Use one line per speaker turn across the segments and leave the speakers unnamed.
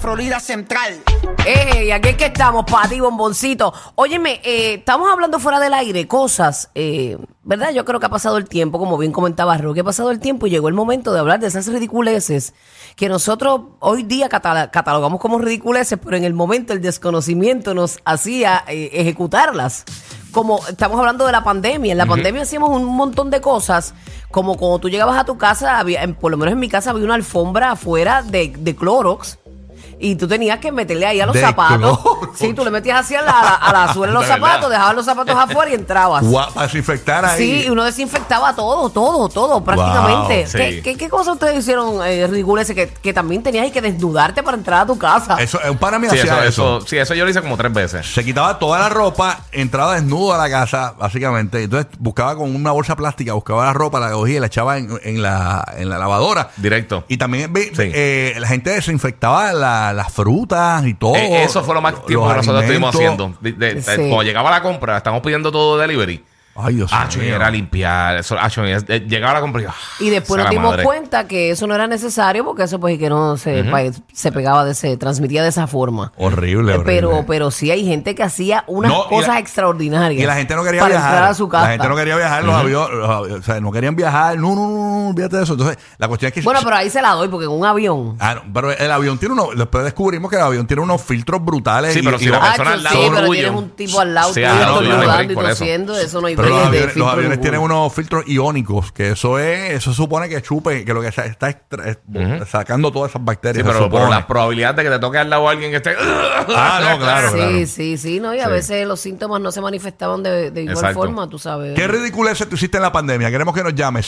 Florida Central.
Eh, y aquí es que estamos, para ti, bomboncito. Óyeme, eh, estamos hablando fuera del aire, cosas, eh, ¿verdad? Yo creo que ha pasado el tiempo, como bien comentaba Roque, ha pasado el tiempo y llegó el momento de hablar de esas ridiculeces que nosotros hoy día catala- catalogamos como ridiculeces, pero en el momento el desconocimiento nos hacía eh, ejecutarlas. Como estamos hablando de la pandemia, en la pandemia hacíamos un montón de cosas, como cuando tú llegabas a tu casa, había, en- por lo menos en mi casa había una alfombra afuera de, de Clorox. Y tú tenías que meterle ahí a los
De
zapatos.
Clorox.
Sí, tú le metías así a la, a la suela de los
De verdad.
zapatos, dejabas los zapatos afuera y entrabas.
Guau, para desinfectar ahí.
Sí, y uno desinfectaba todo, todo, todo, prácticamente.
sí.
¿Qué, qué, qué cosas ustedes hicieron eh, ridiculeces que, que también tenías que desnudarte para entrar a tu casa?
Eso, eh, un pana mío
Sí
hacía
eso,
eso.
eso- sí, eso yo lo hice como tres veces.
Se quitaba toda la ropa, entraba desnudo a la casa, básicamente. Entonces buscaba con una bolsa plástica, buscaba la ropa, la cogía y la echaba en, en la, en la lavadora.
Directo.
Y también vi-
Sí.
eh, la gente desinfectaba la- las frutas y todo.
Eh, eso fue lo más
Oh, Los
tiempo que nosotros estuvimos
alimentos.
haciendo. De- de- de-
Sí.
Cuando llegaba la compra, estamos pidiendo todo delivery.
Ay, Dios
Acho, y
mío.
era limpiar. eso, acho, y es- eh, llegaba la compra y yo, ah,
Y después nos
sea la
dimos
madre.
cuenta que eso no era necesario porque eso pues y que no se, pa- se pegaba, de, se transmitía de esa forma.
Horrible,
Eh,
horrible.
Pero, pero sí hay gente que hacía unas
No, y
cosas
la-
extraordinarias.
Y la gente no quería
para
viajar.
entrar a su casa.
La gente no quería viajar, los aviones, los aviones, o sea, no querían viajar. No, no, no, no, olvídate de eso. Entonces, la cuestión es que
Bueno, pero ahí se la doy porque en un avión.
Ah, no, pero el avión tiene uno, después descubrimos que el avión tiene unos filtros brutales.
Sí, pero si la
va-
Ah,
persona al
sí,
lado
pero
no
tienes
huye.
un tipo al lado
Sí,
tuyo
al lado
tuyo,
estornudando
break
y
por eso.
tosiendo, eso no hay
pero los aviones,
break de
los
filtro
aviones
ninguno.
tienen unos filtros iónicos, que eso es, eso supone que chupe, que lo que se está extra- es- sacando todas esas
Sí,
bacterias. se
pero, pero
supone.
la probabilidad de que te toque al lado a alguien que esté.
Ah, no, claro,
sí,
claro.
sí, sí, no, y a
Sí.
veces los síntomas no se manifestaban de, de igual
Exacto.
forma, tú sabes.
¿Qué ridiculez tú hiciste en la pandemia? Queremos que nos llames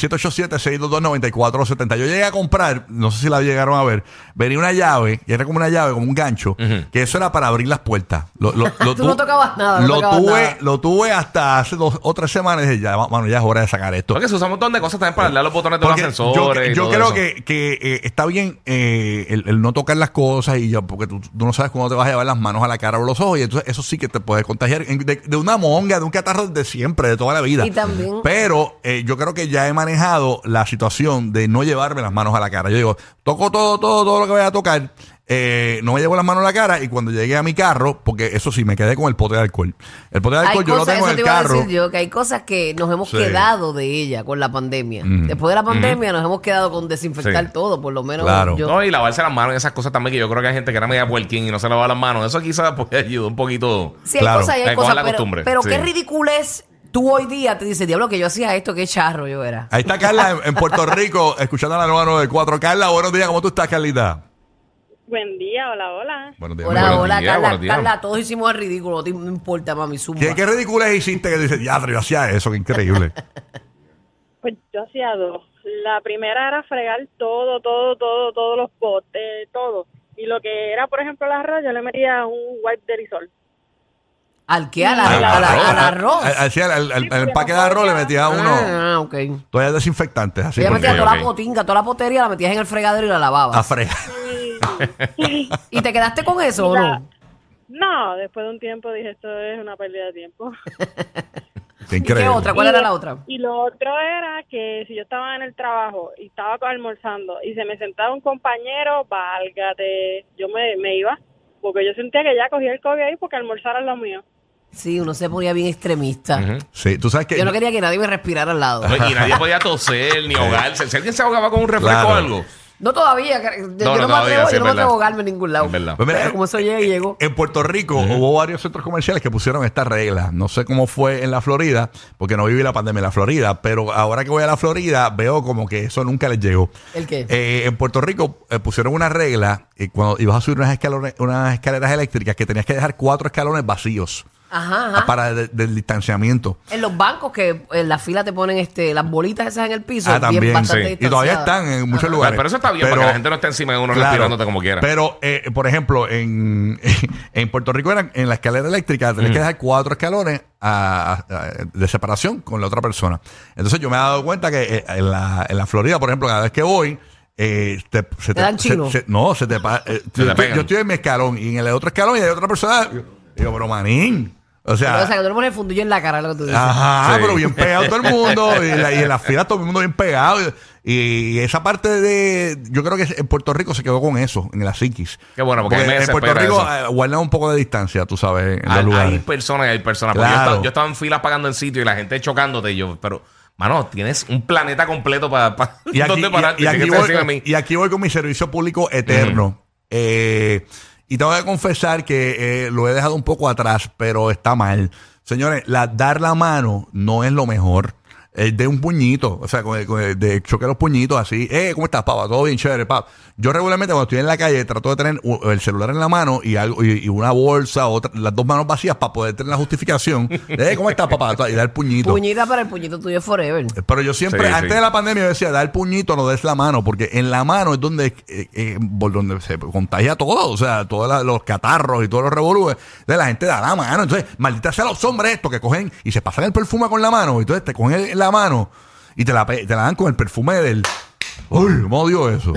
787-622-9470. Yo llegué a comprar, no sé si la llegaron a ver, venía una llave, y era como una llave, como un gancho, que eso era para abrir las puertas. Lo, lo- lo
Tú no
tu-
tocabas nada, no
lo,
tocabas
tuve,
nada.
lo tuve hasta hace dos o tres semanas y dije, ya, mano, ya es hora de sacar esto.
Porque se usa un montón de cosas también para darle a los botones de los
Porque yo,
ascensores. y
yo
todo
creo
eso.
que, que, eh, está bien eh, el, el no tocar las cosas y ya, porque tú, tú no sabes cuándo te vas a llevar las manos a la cara o los ojos y entonces eso sí que te puede contagiar en- de, de una monga, de un catarro de siempre, de toda la vida.
Y también-
Pero eh, yo creo que ya he manejado la situación de no llevarme las manos a la cara. Yo digo, toco todo, todo, todo lo que vaya a tocar. eh, no me llevo las manos a la cara y cuando llegué a mi carro, porque eso sí, me quedé con el pote de alcohol. El pote de
Hay
alcohol yo lo
cosas,
tengo
eso
en
te
el
iba a
carro.
decir yo, que hay cosas que nos hemos
Sí.
quedado de ella con la pandemia. Después de la pandemia nos hemos quedado con desinfectar
Sí.
todo, por lo menos
Claro.
yo.
No, y lavarse las manos y esas cosas también, que yo creo que hay gente que era media puerquín y no se lavaba las manos. Eso quizás pues, ayuda un poquito.
Sí, hay
Claro.
cosas, y hay
Hay como
cosas,
la
pero,
costumbre,
pero
sí.
qué ridiculez tú hoy día te dices, diablo, que yo hacía esto, qué charro yo era.
Ahí está Carla en, en Puerto Rico, escuchando a la nueva 94. Carla, buenos días, ¿cómo tú estás, Carlita?
Buen día, hola, hola.
Buenos
Hola,
buenos
hola,
días,
Carla,
buenos días.
Carla, todos hicimos el ridículo, no importa, mami, zumba.
¿Qué, qué ridiculez hiciste que dices, ya, pero yo hacía eso, qué increíble?
Pues yo hacía dos. La primera era fregar todo, todo, todo, todos los botes, todo. Y lo que era, por ejemplo, el arroz, yo le metía un wipe de risol.
¿Al qué? ¿A la, a
Al
la- a la- al arroz?
Al- al- sí, al- al- al
Sí, porque
empaque de
no
arroz le
podía-
metía uno,
Ah, ok. Ella
toallas desinfectantes, así.
metía
porque-
toda
ok.
la potinga, toda la potería, la metías en el fregadero y la
A
lavabas.
fregar. Ah.
¿Y te quedaste con eso o
La-
no?
No, después de un tiempo dije, esto es una pérdida de tiempo.
Qué
¿Y
increíble.
qué otra? ¿Cuál
Y-
era la otra?
Y lo otro era que si yo estaba en el trabajo y estaba almorzando y se me sentaba un compañero, válgate, yo me, me iba. Porque yo sentía que ya cogía el COVID ahí porque almorzar era lo mío.
Sí, uno se ponía bien extremista.
Ujú.
Sí, tú sabes que...
Yo no quería que nadie me respirara al lado.
Y nadie podía toser ni ahogarse. Si alguien se ahogaba con un refresco
Claro.
o algo.
No todavía, que- yo
no,
no, me
todavía,
atrevo, yo no me
sí, es verdad.
atrevo a ahogarme en ningún lado.
Es verdad.
Pues mira, eh,
Pero como eso llega y llegó.
En Puerto Rico hubo varios centros comerciales que pusieron esta regla. No sé cómo fue en la Florida, porque no viví la pandemia en la Florida, pero ahora que voy a la Florida veo como que eso nunca les llegó.
¿El qué?
Eh, en Puerto Rico eh, pusieron una regla y cuando ibas a subir unas, escalones- unas escaleras eléctricas que tenías que dejar cuatro escalones vacíos
Ajá, ajá.
para de- del distanciamiento.
En los bancos que en la fila te ponen este, las bolitas esas en el piso.
Ah, también,
bien, bastante
sí. Y todavía
distanciadas.
están en muchos lugares.
Pero eso está bien, para que la gente no esté encima de uno
Claro.
respirándote como quiera.
Pero, eh, por ejemplo, en, en Puerto Rico eran en la escalera eléctrica,
Mm.
tenías que dejar cuatro escalones a- a- a- de separación con la otra persona. Entonces yo me he dado cuenta que eh, en, la, en la Florida, por ejemplo, cada vez que voy, eh, te- se
Te dan
se-
chino.
se- no, se te, pa- eh,
Se
yo,
te
estoy-
pegan.
yo estoy en mi escalón y en el otro escalón y hay otra persona. Digo, pero manín. O sea,
o sea, que tú le pones el fundillo en la cara, lo que tú dices.
Ajá,
Sí.
pero bien pegado todo el mundo. Y, la- y en las filas todo el mundo bien pegado. Y, y esa parte de. Yo creo que en Puerto Rico se quedó con eso, en la psiquis.
Qué bueno, porque a mí me
en Puerto
desespera
Rico
eso.
eh, guardan un poco de distancia, tú sabes, en los
Hay-
lugares.
Hay personas y hay personas. porque
Claro.
Yo, estaba, yo estaba en fila pagando en sitio y la gente chocándote. Y yo, pero, mano, tienes un planeta completo para.
y aquí,
¿Dónde
y-
pararte?
y
¿Qué
aquí
te decían a mí?
voy, y aquí voy con mi servicio público eterno. Eh, y tengo que confesar que eh, lo he dejado un poco atrás, pero está mal. Señores, la, dar la mano no es lo mejor. Es de un puñito, o sea, con el- con el- de choque los puñitos así. Eh, ¿cómo estás, papa? Todo bien chévere, pap. Yo regularmente cuando estoy en la calle trato de tener u- el celular en la mano y algo y, y una bolsa, otra, las dos manos vacías para poder tener la justificación. Eh, ¿cómo estás, papá? Y dar el puñito.
Puñita para el puñito tuyo es forever.
Pero yo siempre,
Sí,
antes
sí.
de la pandemia, yo decía, da el puñito, no des la mano, porque en la mano es donde, eh, eh, por donde se contagia todo, o sea, todos la- los catarros y todos los revolúes. Entonces la gente da la mano. Entonces, maldita sea los hombres estos que cogen y se pasan el perfume con la mano, y entonces te cogen el- la mano y te la, pe- te la dan con el perfume del. Uy, cómo odio eso.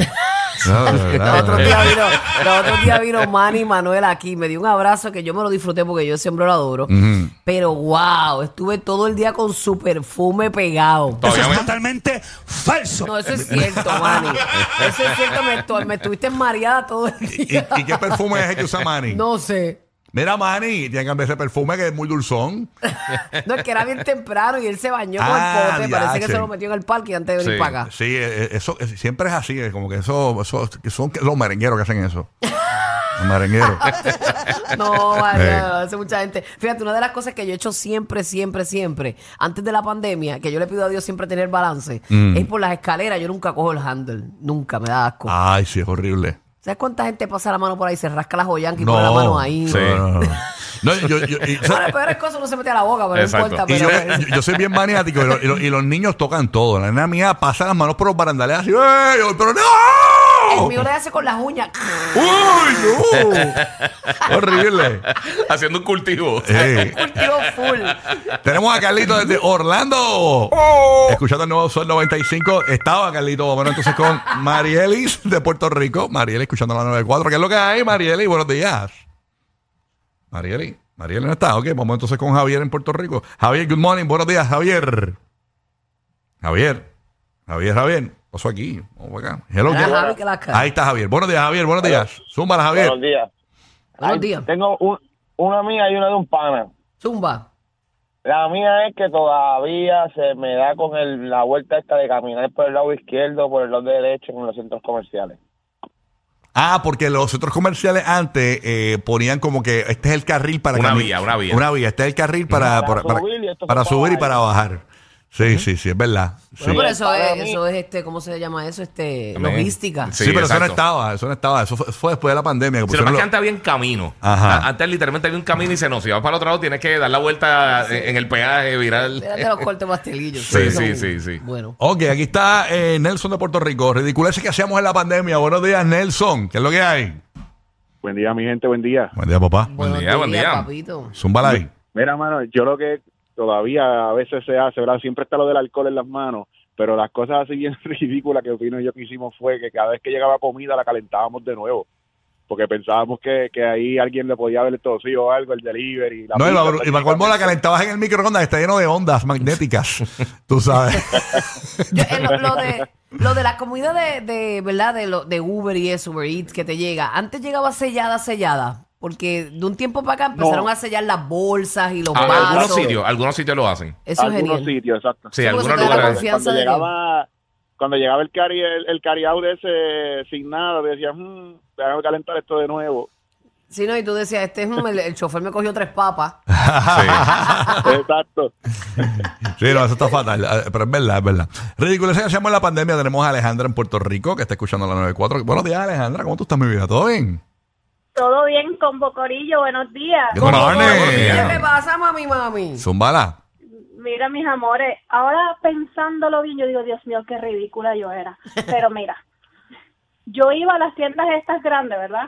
No, de verdad.
Los otros días vino, los otros días vino Manny Manuel aquí, me dio un abrazo que yo me lo disfruté porque yo siempre lo adoro. Pero wow, estuve todo el día con su perfume pegado.
Todavía
Eso es
me-
totalmente falso.
No, eso es cierto, Manny. Eso es cierto, me, estu- me estuviste mareada todo el
¿Y,
día.
y qué perfume es el que usa Manny?
No sé.
Mira, Manny, tiene que cambiar ese perfume que es muy dulzón.
No, es que era bien temprano y él se bañó
Ah,
con el pote. Parece que
diache.
se lo metió en el parque antes de venir
Sí.
para acá.
Sí, eh, eh, eso eh, siempre es así, eh, como que eso, eso que son los merengueros que hacen eso. Los merengueros.
No, vale,
Eh.
hace mucha gente. Fíjate, una de las cosas que yo he hecho siempre, siempre, siempre, antes de la pandemia, que yo le pido a Dios siempre tener balance,
Mm.
es por las escaleras. Yo nunca cojo el handle. Nunca, me da
Ah.
asco.
Ay, sí, es horrible.
¿Sabes cuánta gente pasa la mano por ahí, se rasca las joyanca y
No,
pone la mano ahí?
sí. no, no, no. No, yo, yo- y-
Bueno, las peores cosas no se mete a la boca, pero
Exacto.
no importa.
y yo,
Pero,
yo- yo soy bien maniático y, lo- y lo- y los niños tocan todo. La nena mía pasa las manos por los barandales así, ¡Ey! Yo, ¡Pero
el
no!
mío le hace con las uñas.
¡Uy, no! horrible.
haciendo un cultivo.
Eh,
Cultivo full.
Tenemos a Carlito desde Orlando. Escuchando el nuevo Sol 95. Estaba Carlito. Vamos entonces con Marielis de Puerto Rico. Marielis escuchando la 94. ¿Qué es lo que hay, Marielis? Buenos días. Marielis. Marielis no está. Ok, vamos entonces con Javier en Puerto Rico. Javier, good morning. Buenos días, Javier. Javier. Javier, Javier. Pasó aquí. Vamos para acá. Hello,
Era
¿qué-
Javi que la cara.
Ahí está Javier. Buenos días, Javier. Buenos días. Zúmbala, Javier.
Buenos días.
Buenos
Ay,
días.
Tengo un- una mía y una de un pana.
Zumba.
La mía es que todavía se me da con el- la vuelta esta de caminar por el lado izquierdo, por el lado derecho en los centros comerciales.
Ah, porque los centros comerciales antes eh, ponían como que este es el carril para
Una
cami-
vía, una vía.
Una vía, este es el carril para, para,
Para
para- para subir
subir
y,
y esto
para
se para bajar.
bajar. Sí, sí, sí, es verdad. Sí,
pues,
Bueno, pero eso
Para
es,
mí-
eso es este, ¿cómo se llama eso? Este,
También.
logística.
Sí,
Sí, pero eso no
exacto.
estaba, eso no estaba, eso fue, fue después de la pandemia. que
Si lo
pusieron
más que
lo-
antes había un camino.
Ajá.
A- Antes literalmente había un camino y se nos si vas para el otro lado tienes que dar la vuelta eh, en, en el peaje viral.
Era de los cortes pastelillos.
Sí,
Eso
sí,
es
sí,
un-
sí.
Bueno.
Ok, aquí está eh, Nelson de Puerto Rico. Ridiculeces que hacíamos en la pandemia. Buenos días, Nelson. ¿Qué es lo que hay?
Buen día, mi gente, buen día.
Buen día, papá.
Buen día, buen día.
papito.
Zúmbala ahí.
Mira, mano, yo lo que todavía a veces se hace, ¿verdad? Siempre está lo del alcohol en las manos, pero las cosas así bien ridículas que opino yo que hicimos fue que cada vez que llegaba comida la calentábamos de nuevo, porque pensábamos que, que ahí alguien le podía haber tosido algo, el delivery. La
No, y
pizza, pues,
la, y la colmo la calentabas en el microondas, está lleno de ondas magnéticas. Tú sabes.
Yo, eh, lo, lo de, lo de la comida de, de, ¿verdad? De, lo, de Uber y eso, Uber Eats, que te llega. Antes llegaba sellada, sellada. Porque de un tiempo para acá empezaron a sellar las bolsas y los
A-
vasos.
Ah, algunos sitios, algunos sitios lo hacen.
Eso es
algunos
genial.
sitios, exacto.
Sí,
Sí, porque
algunos
se te da la
lugares.
confianza
cuando
de que-
llegaba cuando llegaba el carry el, el carry out ese sin nada, decías, mmm, déjame calentar esto de nuevo.
Sí, no, y tú decías, este es un- el, el chofer me cogió tres papas.
Sí.
exacto.
Sí, no, eso está fatal. Ah, Pero es verdad, es verdad. Ridículo, que hacemos en la pandemia. Tenemos a Alejandra en Puerto Rico que está escuchando la 94. Buenos días, Alejandra. ¿Cómo tú estás, mi vida? ¿Todo bien?
Todo bien con Bocorillo, buenos días.
Good morning.
¿Qué te pasa, mami, mami?
Zumbala.
Mira, mis amores, ahora pensándolo bien, yo digo, Dios mío, qué ridícula yo era. Pero mira, yo iba a las tiendas estas grandes, ¿verdad?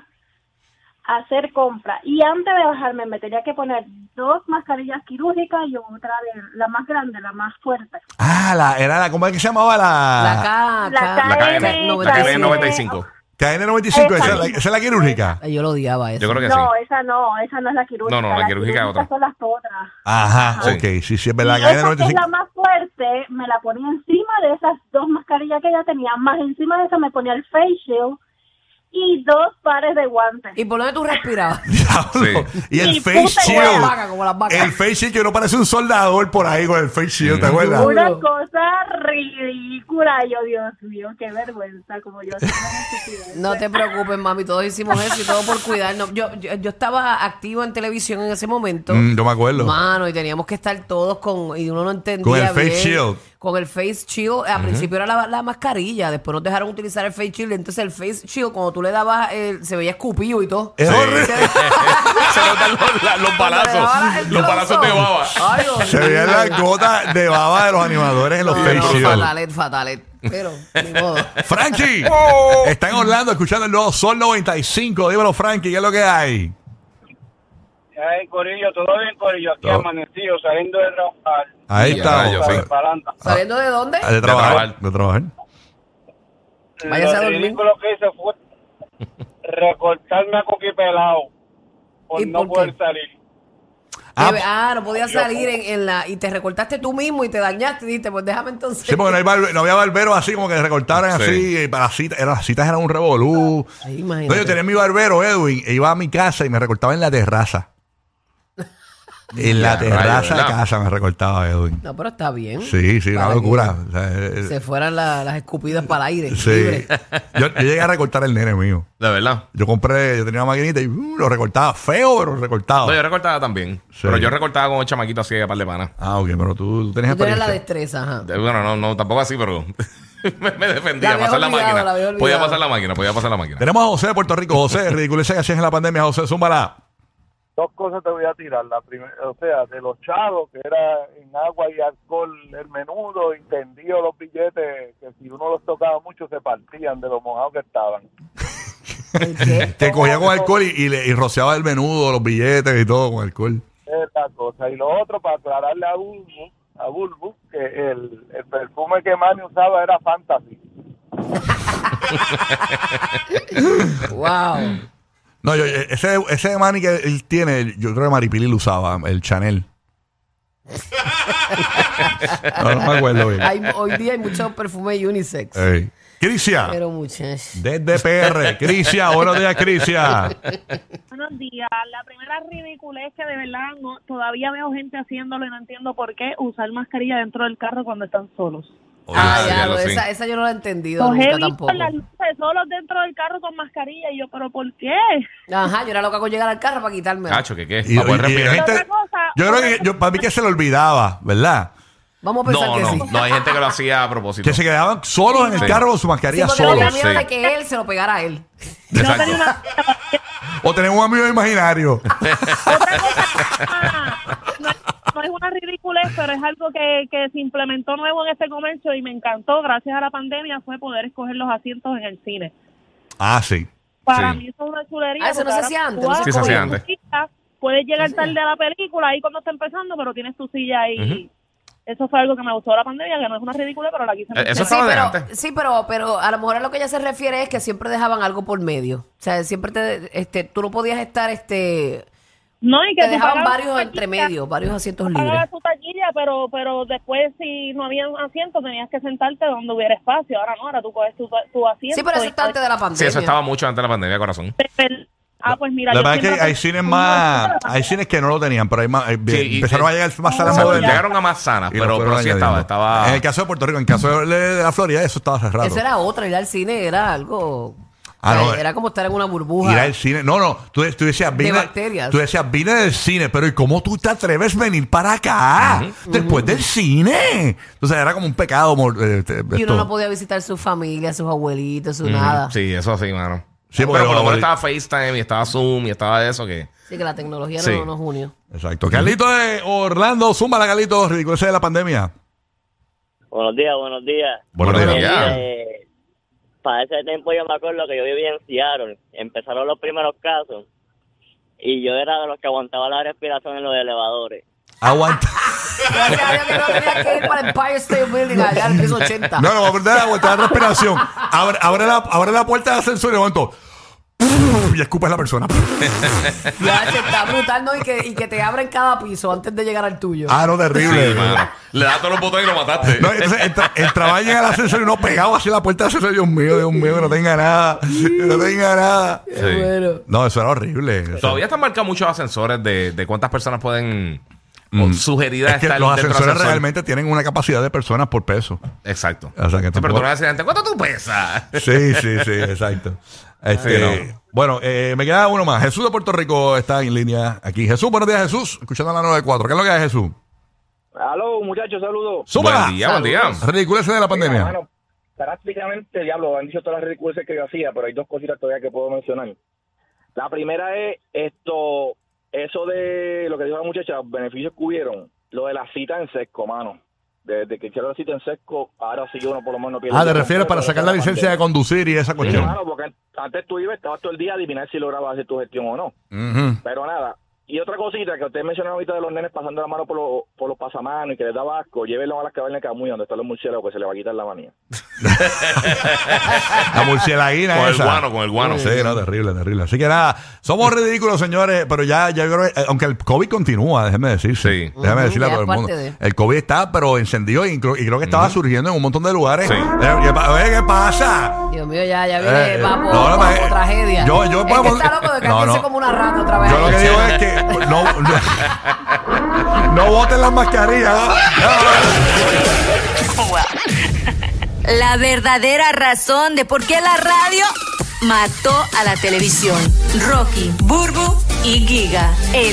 A hacer compras. Y antes de bajarme, me tenía que poner dos mascarillas quirúrgicas y otra de la más grande, la más fuerte.
Ah, la, era la, ¿cómo es que se llamaba la?
La caca.
La
La KN,
KN,
la KN
95.
95.
KN95, esa, es la-
Exacto.
esa es la quirúrgica.
Ay, Yo lo odiaba eso.
Yo creo que sí.
No, esa no, esa no es la quirúrgica.
No, no, la
Las
quirúrgica es otra.
quirúrgicas son las otras.
Ajá,
Sí.
ok, sí, sí, es
Y
verdad.
esa que es la
KN95.
más fuerte, me la ponía encima de esas dos mascarillas que ella tenía, más encima de eso me ponía el face shield y dos pares de guantes.
¿Y por dónde tú respirabas?
Diablo.
Sí.
Y el
Y
face
puse
como las
shield.
vacas, como las vacas.
El face shield que uno parece un soldador por ahí con el face shield, ¿te
Mm.
acuerdas?
Una
Dios.
cosa ridícula, yo Dios mío, qué vergüenza, como yo soy una estupidez.
No te preocupes, mami, todos hicimos eso y todo por cuidarnos. Yo, yo, yo estaba activo en televisión en ese momento.
Mm, yo me acuerdo.
Mano, y teníamos que estar todos con. Y uno no entendía.
Con el face
bien.
shield.
Con el face shield. Al principio era la, la mascarilla. Después nos dejaron utilizar el face shield. Entonces el face shield, cuando tú le dabas, eh, se veía escupido y todo.
Es
Sí.
horrible.
Se notan los, la- los balazos. Los balazos de baba.
Ay, Dios
Se veían
mío.
las gotas de baba de los animadores en los
No,
face Ah.
no,
shield.
fatalet, fatalet. Pero, ni modo.
Frankie,
Oh.
está en Orlando escuchando el nuevo Sol 95. Dímelo, Frankie, ¿qué es lo que hay?
Ay, Corillo, todo bien, Corillo. Aquí
Todo.
amanecido, saliendo de trabajar.
Ahí
Ya,
está.
rayos, sí.
¿Saliendo de dónde?
Ah, De trabajar. De trabajar.
Váyase a dormir.
que hice fue recortarme a coqui pelado
¿Y por qué?
salir.
Ah,
Eh, Ah, no podías salir en, en la. Y te recortaste tú mismo y te dañaste. Y dijiste, pues déjame entonces.
Sí, porque no, hay barbe- no había barberos así, como que recortaran
Sí.
así, eh, para las citas, era- las citas eran un revolú.
Ay,
No,
imagínate.
yo tenía mi barbero, Edwin, e iba a mi casa y me recortaba en la terraza. En la
Ya, rayos,
terraza de
¿verdad?
casa me recortaba Edwin.
No, pero está bien.
Sí, sí, una
Para
locura. O sea,
que
eh,
Se fueran la- las escupidas para el aire.
sí.
libre.
Yo, yo llegué a recortar el nene mío.
De verdad.
Yo compré, yo tenía una maquinita y uh, lo recortaba feo, pero recortaba.
No, yo recortaba también.
Ah. Sí.
Pero yo recortaba con un chamaquito así de par de panas.
Ah, ok, pero tú, tú tenías
Tú tenías
experiencia.
la destreza, ajá.
Eh, Bueno, no, no, tampoco así, pero me, me
La
defendía.
había
Pasar la
olvidado,
máquina.
la había
podía
olvidado.
pasar la máquina, podía pasar la máquina.
Tenemos a José de Puerto Rico. José, ridiculeza que hacías en la pandemia. José, zúmbala.
Dos cosas te voy a tirar. La primera, o sea, de los chavos, que era en agua y alcohol el menudo, y tendido los billetes, que si uno los tocaba mucho se partían de lo mojados que estaban.
¿El qué?
Te cogía con alcohol y, y le- y rociaba el menudo, los billetes y todo con alcohol.
Esa es la cosa. Y lo otro, para aclararle a Bulbu, a Bulbu que el, el perfume que Manny usaba era Fantasy.
wow.
No, yo, eh, ese, ese mani que él tiene, yo creo que Maripili lo usaba, el Chanel. no, no me acuerdo bien.
Hay- hoy día hay muchos perfumes unisex.
Ey. Crisia,
Pero muchachos.
desde PR. Crisia, buenos días, Crisia.
Buenos días. La primera ridiculez que de verdad no, todavía veo gente haciéndolo y no entiendo por qué usar mascarilla dentro del carro cuando están solos.
Ah,
sí,
ya,
diablo,
lo-
sí.
esa, esa yo no la he entendido
Los Pues he
nunca
visto
tampoco.
en las luces solos dentro del carro con mascarilla y yo, pero ¿por qué?
Ajá, yo era loca con llegar al carro para quitarme.
Cacho, ¿qué qué?
Y-
Para poder
y- y
respirar.
gente-
Otra cosa,
yo creo
otra
que yo, para mí que se le olvidaba, ¿verdad?
Vamos a pensar
No,
que
no,
sí.
no, hay gente que lo hacía a propósito.
Que se quedaban solos en el
Sí.
carro con su mascarilla
Sí, porque no
solos.
tenía
solo,
miedo
sí.
de que él se lo pegara a él.
yo
Exacto.
tenía una,
O tener un amigo imaginario.
otra cosa no, es- no es una ridiculez, pero es algo que, que se implementó nuevo en este comercio y me encantó gracias a la pandemia fue poder escoger los asientos en el cine.
Ah, sí.
Para
Sí.
mí eso es una chulería.
Ah, eso no
porque
se hacía
ahora
antes,
tú
no se
vas
Sí, se hacía
con
antes.
tu silla, Puedes llegar tarde a la película ahí cuando está empezando, pero tienes tu silla ahí. Eso fue algo que me gustó de la pandemia, que no es una ridícula, pero la quise
Eh, eso
Sí,
mencionar.
estaba de
pero,
antes.
sí pero, pero a lo mejor a lo que ella se refiere es que siempre dejaban algo por medio. O sea, siempre te, este, tú no podías estar, este,
No, y que
te
tú
dejaban
pagabas tu
varios
taquilla,
entre medio, varios asientos libres.
Pagabas tu taquilla, pero, pero después si no había un asiento tenías que sentarte donde hubiera espacio. Ahora no, ahora tú coges tu, tu asiento.
Sí, pero eso
y-
está antes de la pandemia.
Sí, eso estaba mucho antes de la pandemia, corazón.
Ah, pues mira.
La
yo
verdad es que
siempre
hay
pensé-
cines más, hay cines que no lo tenían, pero hay más, hay-
Sí, y-
empezaron a llegar más salas
O sea,
modernas.
llegaron a más sanas,
Y lo
pero,
fueron
pero sí
añadiendo.
estaba, estaba...
En el caso de Puerto Rico, en el caso de, de la Florida, eso estaba cerrado.
Eso era otra, ir al cine era algo...
Ah,
o sea,
no, eh.
era como estar en una burbuja.
Ir al cine. No, no. Tú, tú decías, vine,
bacterias.
tú decías, vine del cine, pero ¿y cómo tú te atreves a venir para acá después del cine? Entonces era como un pecado. mor- eh, te-
y uno
esto.
no podía visitar su familia, sus abuelitos, su
Ujú,
nada. Sí.
Sí, eso sí, mano.
Sí, porque
pero por lo
lo-
menos estaba FaceTime y estaba Zoom y estaba eso que...
que la tecnología
Sí.
no nos unió.
Exacto. Carlito de Orlando, zumba la Carlito, ridículo de la pandemia.
Buenos días, buenos días.
Buenos
Buenos
días.
días.
Eh, para ese tiempo yo me acuerdo que yo vivía en Seattle. Empezaron los primeros casos y yo era de los que aguantaba la respiración en los elevadores.
Aguanta.
Gracias a Dios que no tenía que ir para el Empire State Building allá en el piso 80.
No, no, va a perder aguantar la respiración. Abre, abre la, abre la puerta de ascensor y levanto. Y escupas la persona.
Ya, che, está brutal, ¿no? Y que, y que te abren cada piso antes de llegar al tuyo.
Ah, no, terrible.
Sí, mano. Le das todos los botones y lo mataste.
No, entonces entra, entraba en el ascensor y uno pegado hacia la puerta del ascensor. Dios mío, Dios mío, que no tenga nada. Que no tenga nada.
Qué
Sí.
bueno.
No, eso era horrible.
Todavía están marcados muchos ascensores de, de cuántas personas pueden o sugeridas
Mm. es que
estar
los
dentro del
ascensores
ascensor.
realmente tienen una capacidad de personas por peso.
Exacto.
O sea que
Sí, pero
tampoco-
tú no decías antes, ¿cuánto tú pesas?
Sí, sí, sí, exacto. Este,
Sí, no.
Bueno, eh, me queda uno más. Jesús de Puerto Rico está en línea aquí. Jesús, buenos días, Jesús. Escuchando la 94. ¿Qué es lo que hay, Jesús?
Aló, muchachos, saludos.
¡Súbala!
Buen día, buen día.
Ridiculece de la
Mira,
pandemia.
mano, prácticamente, diablo, han dicho todas las ridiculeces que yo hacía, pero hay dos cositas todavía que puedo mencionar. La primera es esto, eso de lo que dijo la muchacha, beneficios que hubieron, lo de la cita en sesco, mano. Desde que hicieron la cita en sesco, ahora sí que uno por lo menos no pierde.
Ah, te
tiempo,
refieres para
pero
sacar
eso
la
es
licencia de
pandemia.
conducir y esa
Sí,
cuestión.
mano, porque an- antes tú ibas, estabas todo el día a adivinar si lograbas hacer tu gestión o no.
Ujú.
Pero nada. Y otra cosita que usted mencionó ahorita de los nenes pasando la mano por, los- por los pasamanos y que les da asco, llévenlo a las cavernas de Camuy donde están los murciélagos que se le va a quitar la manía.
La murcielaguina
Con el
esa.
guano, con el guano.
Sí, no, terrible, terrible. Así que nada, somos ridículos, señores, pero ya, ya yo creo que, eh, aunque el COVID continúa, déjeme decirse.
Sí.
Déjeme
Ujú,
decirle a
ya
todo el
es
mundo.
parte de-
El COVID está, pero encendido y, creo- y creo que estaba surgiendo en un montón de lugares.
Sí.
Eh, ¿qué pa- oye, ¿qué pasa?
Dios mío, ya, ya viene
Eh,
papo,
no, no,
papo,
eh,
tragedia.
yo- yo
es
puedo-
que está loco de que
No,
alguien
no.
sea como una rata otra vez.
Yo lo que digo es que no, no- no boten las mascarillas.
La verdadera razón de por qué la radio mató a la televisión. Rocky, Burbu y Giga. El